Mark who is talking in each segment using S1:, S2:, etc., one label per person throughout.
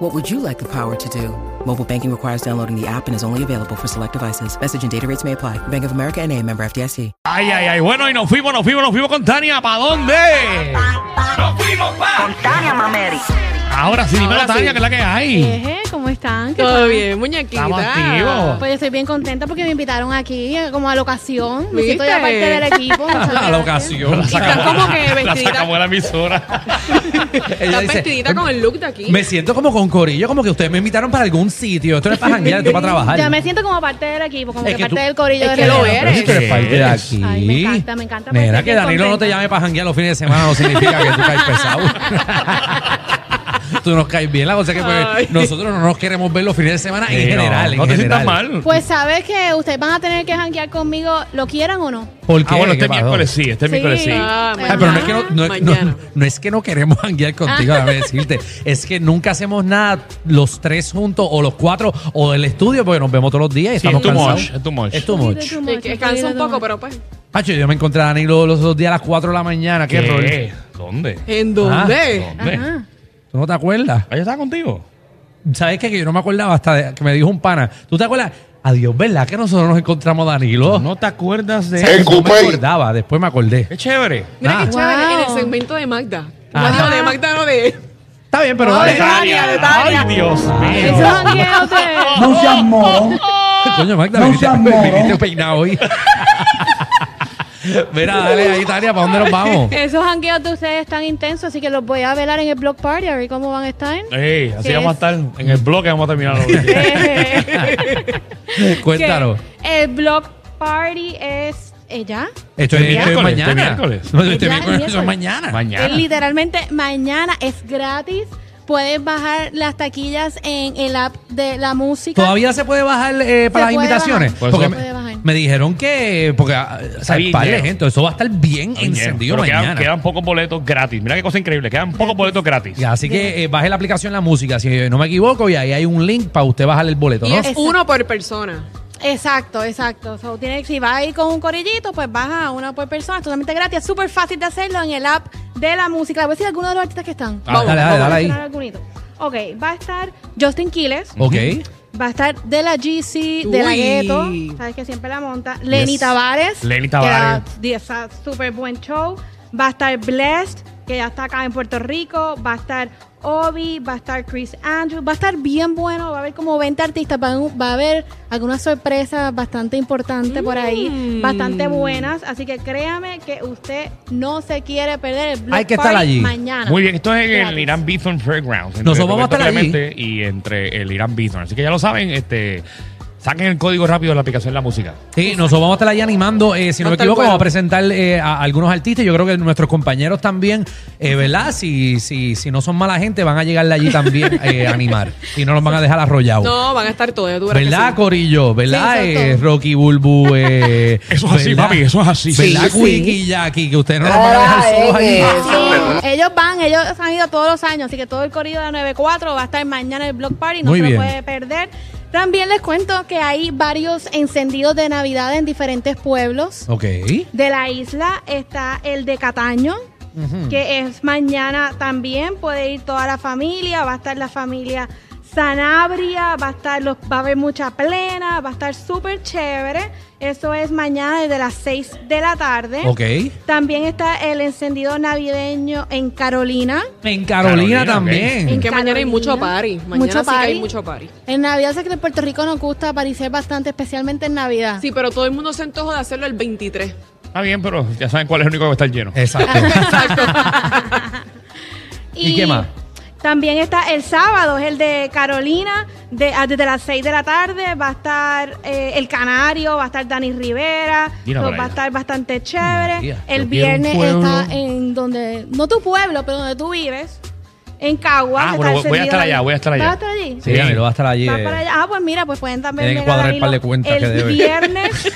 S1: What would you like the power to do? Mobile banking requires downloading the app and is only available for select devices. Message and data rates may apply. Bank of America and a member FDIC.
S2: Ay, ay, ay. Bueno, y nos fuimos, nos fuimos, nos fuimos con Tania. ¿Para dónde? Nos fuimos pa.
S3: Tania Mameri.
S2: Ahora sí, dímelo, Tania, que es la que hay.
S4: Eje, Eh, ¿Cómo están? ¿Qué
S5: Todo
S4: tal?
S5: bien, Eh, muñequita.
S2: Estamos activos.
S4: Pues yo estoy bien contenta porque me invitaron aquí eh, como a la ocasión. Me siento ya parte
S5: ¿Viste?
S4: del equipo. no sabía
S6: A
S4: qué
S6: la
S4: hacer.
S6: ocasión.
S5: Están como que
S2: La
S5: vestiditas.
S2: sacamos de la emisora.
S6: Ella
S5: Estás
S6: dice, "Em,
S5: vestidita con el look de aquí.
S6: Me siento como con corillo, como que ustedes me invitaron para algún sitio. Esto no es para janguear, esto es para trabajar.
S4: Ya me siento como parte del equipo, como
S6: Es
S4: que,
S6: que
S4: parte
S6: tú-
S4: del corillo
S5: es
S4: de
S5: que
S4: regalo.
S5: lo
S6: Pero si
S5: eres.
S6: tú eres parte de aquí.
S4: Ay, me encanta, me encanta, me
S6: Mira
S4: estoy
S6: que
S4: bien
S6: Danilo no te
S4: contenta.
S6: llame para janguear los fines de semana, no significa que tú caes pesado. tú nos caes bien. La cosa es que pues,
S5: Ay.
S6: nosotros no nos queremos ver los fines de semana en
S2: Sí, no,
S6: general. en
S2: No te sientas
S6: general.
S2: mal.
S4: Pues sabes que ustedes van a tener que janguear conmigo, lo quieran o no.
S6: ¿Por qué?
S2: Ah, bueno, este
S6: ¿Qué pasó?
S2: miércoles sí, este
S4: Sí.
S2: miércoles sí.
S5: Ah,
S6: Ay, pero no es, que no,
S5: mañana.
S6: no, es- no-
S5: Mañana.
S6: no es que no queremos janguear
S4: Ah.
S6: contigo, déjame decirte. Es que nunca hacemos nada los tres juntos o los cuatro o del estudio porque nos vemos todos los días y
S2: Sí,
S6: estamos
S2: es too
S6: cansados.
S2: much, es too much.
S6: Es too
S4: Sí,
S6: much.
S4: de tu
S5: Sí,
S4: macho,
S5: que cansa
S4: de
S5: un
S4: tu
S5: poco,
S4: macho.
S5: pero pues.
S6: Pacho, yo me encontré a Danilo los otros días a las 4 de la mañana. Qué, error.
S2: ¿Qué? ¿Dónde?
S5: ¿En
S6: Ah,
S5: dónde?
S2: ¿Dónde?
S4: Ajá.
S6: ¿Tú no te acuerdas?
S2: Ah, yo estaba contigo.
S6: ¿Sabes qué? Que yo no me acordaba hasta de- que me dijo un pana. ¿Tú te acuerdas? Adiós, ¿verdad? Que nosotros nos encontramos Danilo.
S2: ¿No te acuerdas
S6: O
S2: de
S6: sea,
S2: él?
S7: El
S6: no me
S7: Coupey.
S6: acordaba, después me acordé.
S2: Qué chévere.
S5: Mira
S6: Ah.
S5: qué chévere.
S4: Wow.
S5: En el segmento de Magda.
S6: Ajá.
S5: No, digo de Magda, no de
S6: Está bien, pero dale.
S5: de Tania.
S2: Ah, Ay, Dios
S4: Eso
S2: mío.
S4: jangueo de-
S7: No seas morón.
S6: Coño, Magda,
S7: No
S6: viniste,
S7: seas morón.
S6: viniste peinado hoy. Mira, dale ahí, Tania, ¿para dónde nos vamos?
S4: Esos jangueos de ustedes están intensos, así que los voy a velar en el block party a ver cómo van a estar.
S2: Ey, así
S4: ¿Qué
S2: vamos a
S4: es?
S2: estar en el bloque, vamos a terminar. hoy.
S6: Cuéntanos.
S4: Que El block party es ella.
S6: Esto es,
S2: Este
S6: esto es
S2: miércoles,
S6: mañana.
S2: este miércoles.
S6: No, este
S4: Ya,
S6: miércoles, eso es
S4: miércoles.
S6: mañana.
S4: Es
S2: Mañana.
S4: literalmente mañana es gratis. Puedes bajar las taquillas en el app de la música.
S6: ¿Todavía se puede bajar eh, para las
S4: puede
S6: invitaciones?
S4: bajar.
S2: Pues
S6: Porque
S2: eso-
S6: me,
S4: Puede bajar.
S6: me dijeron que. Porque, ah, o sea,
S2: Está bien
S6: par de
S2: lleno.
S6: gente, eso va a estar bien
S2: Bien,
S6: encendido
S2: pero quedan-
S6: mañana.
S2: Quedan pocos boletos gratis. Mira qué cosa increíble. Quedan pocos boletos gratis.
S6: Y Así que eh, baje la aplicación La Música, si no me equivoco, y ahí hay un link para usted bajar el boleto,
S5: Y
S6: ¿no?
S5: es uno por persona.
S4: Exacto, exacto. So, tiene- si vas a ir con un corillito, pues baja una por persona. Es totalmente gratis. Es súper fácil de hacerlo en el app de la música. Voy a decir algunos de los artistas que están.
S6: Ah, dale, dale, dale ahí.
S4: Mencionar algunos. Ok, va a estar Justin Quiles.
S6: Ok.
S4: Va a estar de la GC, de la
S5: Uy.
S4: Gueto, sabes que siempre la monta. Lenny Tavares.
S2: Lenny
S4: que da-
S2: Tavares.
S4: di- esa súper buen show. Va a estar Blessed, que ya está acá en Puerto Rico. Va a estar Obi, va a estar Chris Andrews. Va a estar bien bueno. Va a haber como 20 artistas. Va a, va a haber algunas sorpresas bastante importantes por ahí. Bastante buenas. Así que créame que usted no se quiere perder el Block
S6: Hay que estar
S4: Party
S6: allí.
S4: mañana.
S2: Muy bien, esto es en el
S4: Gratis.
S2: Irán Bithorn Fairgrounds. entre
S6: Nosotros vamos a
S2: Roberto
S6: estar allí.
S2: Clemente Y entre el Irán Bithorn. Así que ya lo saben, este, saquen el código rápido de la aplicación de la música.
S6: Sí, nosotros vamos a estar ahí animando. eh, si no
S5: Va a
S6: me
S5: estar
S6: equivoco,
S5: bueno.
S6: vamos a presentar eh, a algunos artistas. Yo creo que nuestros compañeros también, eh, ¿verdad? Si, si, si no son mala gente, van a llegarle allí también eh, a animar. Y no nos van a dejar arrollados.
S5: No, van a estar todos. yo te juro que
S6: ¿Verdad,
S5: sí.
S6: Corillo? ¿Verdad,
S4: Sí, eso es
S6: eh, Rocky Bulbu? eh,
S2: Eso es así,
S6: ¿verdad?
S2: papi, eso es así.
S6: ¿Verdad,
S2: Sí, sí.
S6: Quickie y Jackie? Que ustedes no nos van a dejar
S3: Ay,
S6: solos ahí.
S3: eh.
S4: Sí, ellos van, ellos han ido todos los años, así que todo el corrido de 94 va a estar mañana en el Block Party, no
S6: Muy
S4: se
S6: bien.
S4: lo puede perder. También les cuento que hay varios encendidos de Navidad en diferentes pueblos
S6: Ok.
S4: de la isla. Está el de Cataño, que es mañana también, puede ir toda la familia, va a estar la familia Sanabria, va a estar los, va a haber mucha plena, va a estar súper chévere. Eso es mañana desde las 6 de la tarde.
S6: Ok.
S4: También está el encendido navideño en Carolina.
S6: En Carolina,
S2: Carolina,
S6: también.
S4: ok.
S5: Que mañana hay mucho
S4: Carolina.
S5: party. Mañana
S4: Mucho
S5: sí que
S4: party.
S5: hay mucho party.
S4: En Navidad sé que en Puerto Rico nos gusta aparecer bastante, especialmente en Navidad.
S5: Sí, pero todo el mundo se antoja de hacerlo el 23.
S2: Está bien, pero ya saben cuál es el único que va a estar
S6: Eh,
S2: lleno.
S6: Exacto. ¿y qué más?
S4: También está el sábado, es el de Carolina, de, ah, desde las 6 de la tarde. Va a estar eh, el Canario, va a estar Dani Rivera.
S2: Mira
S4: so,
S2: para
S4: va a
S2: allá.
S4: estar bastante chévere.
S6: María, yo
S4: el
S6: quiero un
S4: viernes
S6: pueblo.
S4: está en donde, no tu pueblo, pero donde tú vives, en Caguas.
S2: Ah,
S4: está
S2: bueno,
S4: el
S2: voy- voy a
S4: encendido
S2: estar allá,
S4: navideño.
S2: voy a estar allá.
S4: ¿Vas a estar allí?
S6: Sí, Danilo va a estar allí.
S4: Va
S6: eh.
S4: para allá. Ah, pues mira, pues pueden también
S6: Tiene que
S4: ver a
S6: cuadrar el
S4: Danilo
S6: par de cuentas
S4: el
S6: que debe.
S4: viernes.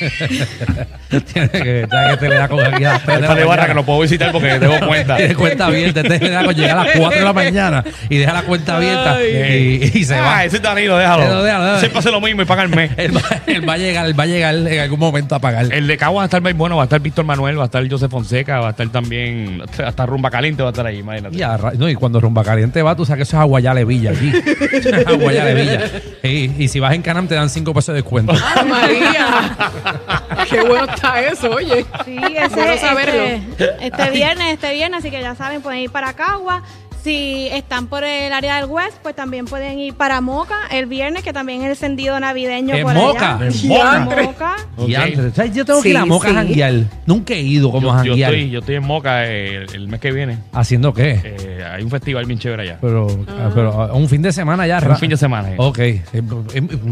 S6: Tiene que, ya que te le da con aquí a las tres de
S2: Esta
S6: la
S2: de barra que
S6: mañana.
S2: no puedo visitar porque debo cuenta.
S6: Tiene cuenta abierta. Este le da con llegar a las 4 de la mañana y deja la cuenta abierta
S5: Ay.
S6: y, y se va.
S2: Ah, ese es Danilo, déjalo.
S6: Déjalo, déjalo, déjalo.
S2: Siempre hace lo mismo y paga el mes.
S6: Él va, él va a llegar, él va a llegar en algún momento a pagar.
S2: El de Cabo va a estar bien bueno, va a estar Víctor Manuel, va a estar José Fonseca, va a estar también, hasta Rumba Caliente va a estar ahí, imagínate.
S6: Y, a ra- no, y cuando Rumba Caliente va, tú sabes que eso es Aguayale Villa allí. Eso es Aguayale Villa. Sí, y si vas en Canam te dan 5 pesos de descuento.
S5: ¡Ah, María! ¡Qué bueno está eso, oye!
S4: Sí, ese
S5: Bueno
S4: es
S5: saberlo.
S4: este, este viernes, este viernes, así que ya saben, pueden ir para Cagua. Si están por el área del West, pues también pueden ir para Moca el viernes, que también es el sendido navideño
S6: En
S4: por
S6: Moca,
S4: allá.
S2: en
S5: Moca.
S4: Moca.
S2: Ok.
S6: Y antes, ¿sabes? Yo tengo que ir a
S5: Sí,
S6: Moca
S5: sí.
S6: a janguear. Nunca he ido como a
S2: Yo, yo
S6: janguear.
S2: estoy, yo estoy en Moca eh, el, el mes que viene.
S6: ¿Haciendo qué?
S2: Eh, hay un festival bien chévere allá.
S6: Pero, pero ah, un fin de semana ya. ra-
S2: un fin de semana. eh.
S6: Ok. Eh, eh,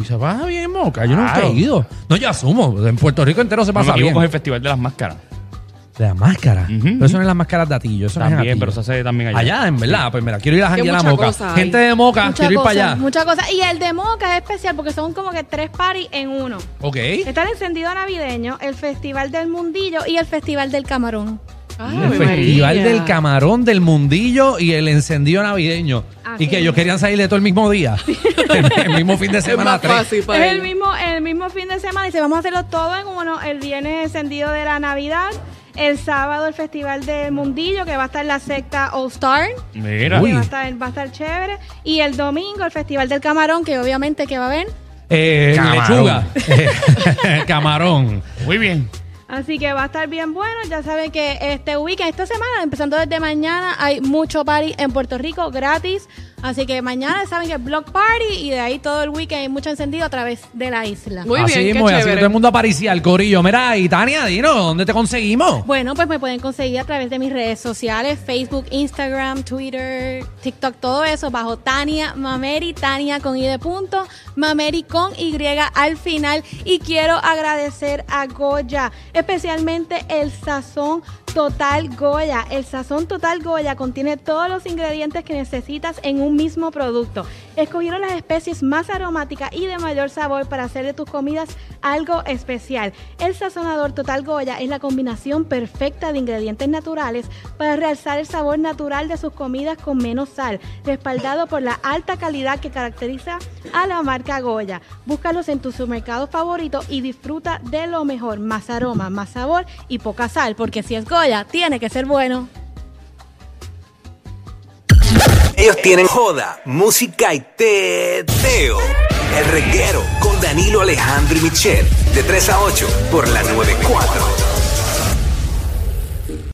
S6: Se pasa bien en Moca. Yo nunca
S2: Claro.
S6: he ido. No, yo asumo. En Puerto Rico entero se
S2: No me
S6: pasa bien.
S2: equivoco, es el festival de las máscaras.
S6: La máscara.
S2: Ujú,
S6: Pero
S2: ujú.
S6: eso no es las máscaras de Atillo. Eso no es en
S2: También,
S6: Atillo.
S2: pero se hace también allá.
S6: Allá, en verdad. Pues mira, quiero ir a janguear a
S5: mucha
S6: Moca.
S5: cosa hay.
S6: Gente de Moca,
S4: Muchas
S6: quiero ir para
S4: cosas,
S6: allá.
S4: muchas cosas. Y el de Moca es especial porque son como que tres parties en uno.
S6: Ok.
S4: Está el encendido navideño, el festival del mundillo y el festival del camarón.
S5: Ah,
S6: El Festival del Camarón, del Mundillo y el Encendido Navideño.
S5: Ah,
S4: Así
S6: Y que
S4: es.
S6: ellos querían salir de todo el mismo día. el, mismo fin de
S5: Es
S6: semana.
S5: más
S6: tres.
S5: fácil para
S4: Es el
S5: él.
S4: mismo, el mismo fin de semana y se vamos a hacerlo todo en uno. El viernes encendido de la Navidad, el sábado el festival del mundillo que va a estar la secta All Star.
S2: Mira.
S6: Uy.
S4: que Va a, estar, va a estar chévere. Y el domingo el Festival del Camarón, que obviamente que va a haber.
S6: Eh,
S2: Camarón.
S6: Lechuga. Eh, camarón.
S2: Muy bien.
S4: Así que va a estar bien bueno. Ya saben que este weekend, esta semana, empezando desde mañana, hay mucho party en Puerto Rico gratis. Así que mañana saben que es Block Party y de ahí todo el weekend hay mucho encendido a través de la isla.
S5: Muy
S6: así
S5: bien, qué
S6: mismo, y así que
S5: chévere.
S6: todo el mundo aparecía al corillo. Mira, y Tania, dinos, ¿dónde te conseguimos?
S4: Bueno, pues me pueden conseguir a través de mis redes sociales, Facebook, Instagram, Twitter, TikTok, todo eso, bajo Tania Mameri, Tania con I de punto, Mameri con Y al final. Y quiero agradecer a Goya, especialmente el sazón total Goya. El sazón total Goya contiene todos los ingredientes que necesitas en un mismo producto. Escogieron las especies más aromáticas y de mayor sabor para hacer de tus comidas algo especial. El sazonador Total Goya es la combinación perfecta de ingredientes naturales para realzar el sabor natural de sus comidas con menos sal, respaldado por la alta calidad que caracteriza a la marca Goya. Búscalos en tu supermercado favorito y disfruta de lo mejor, más aroma, más sabor y poca sal, porque si es Goya, tiene que ser bueno.
S3: Ellos tienen joda, música y teo. El reguero con Danilo Alejandro y Michel de 3 a 8 por la 94.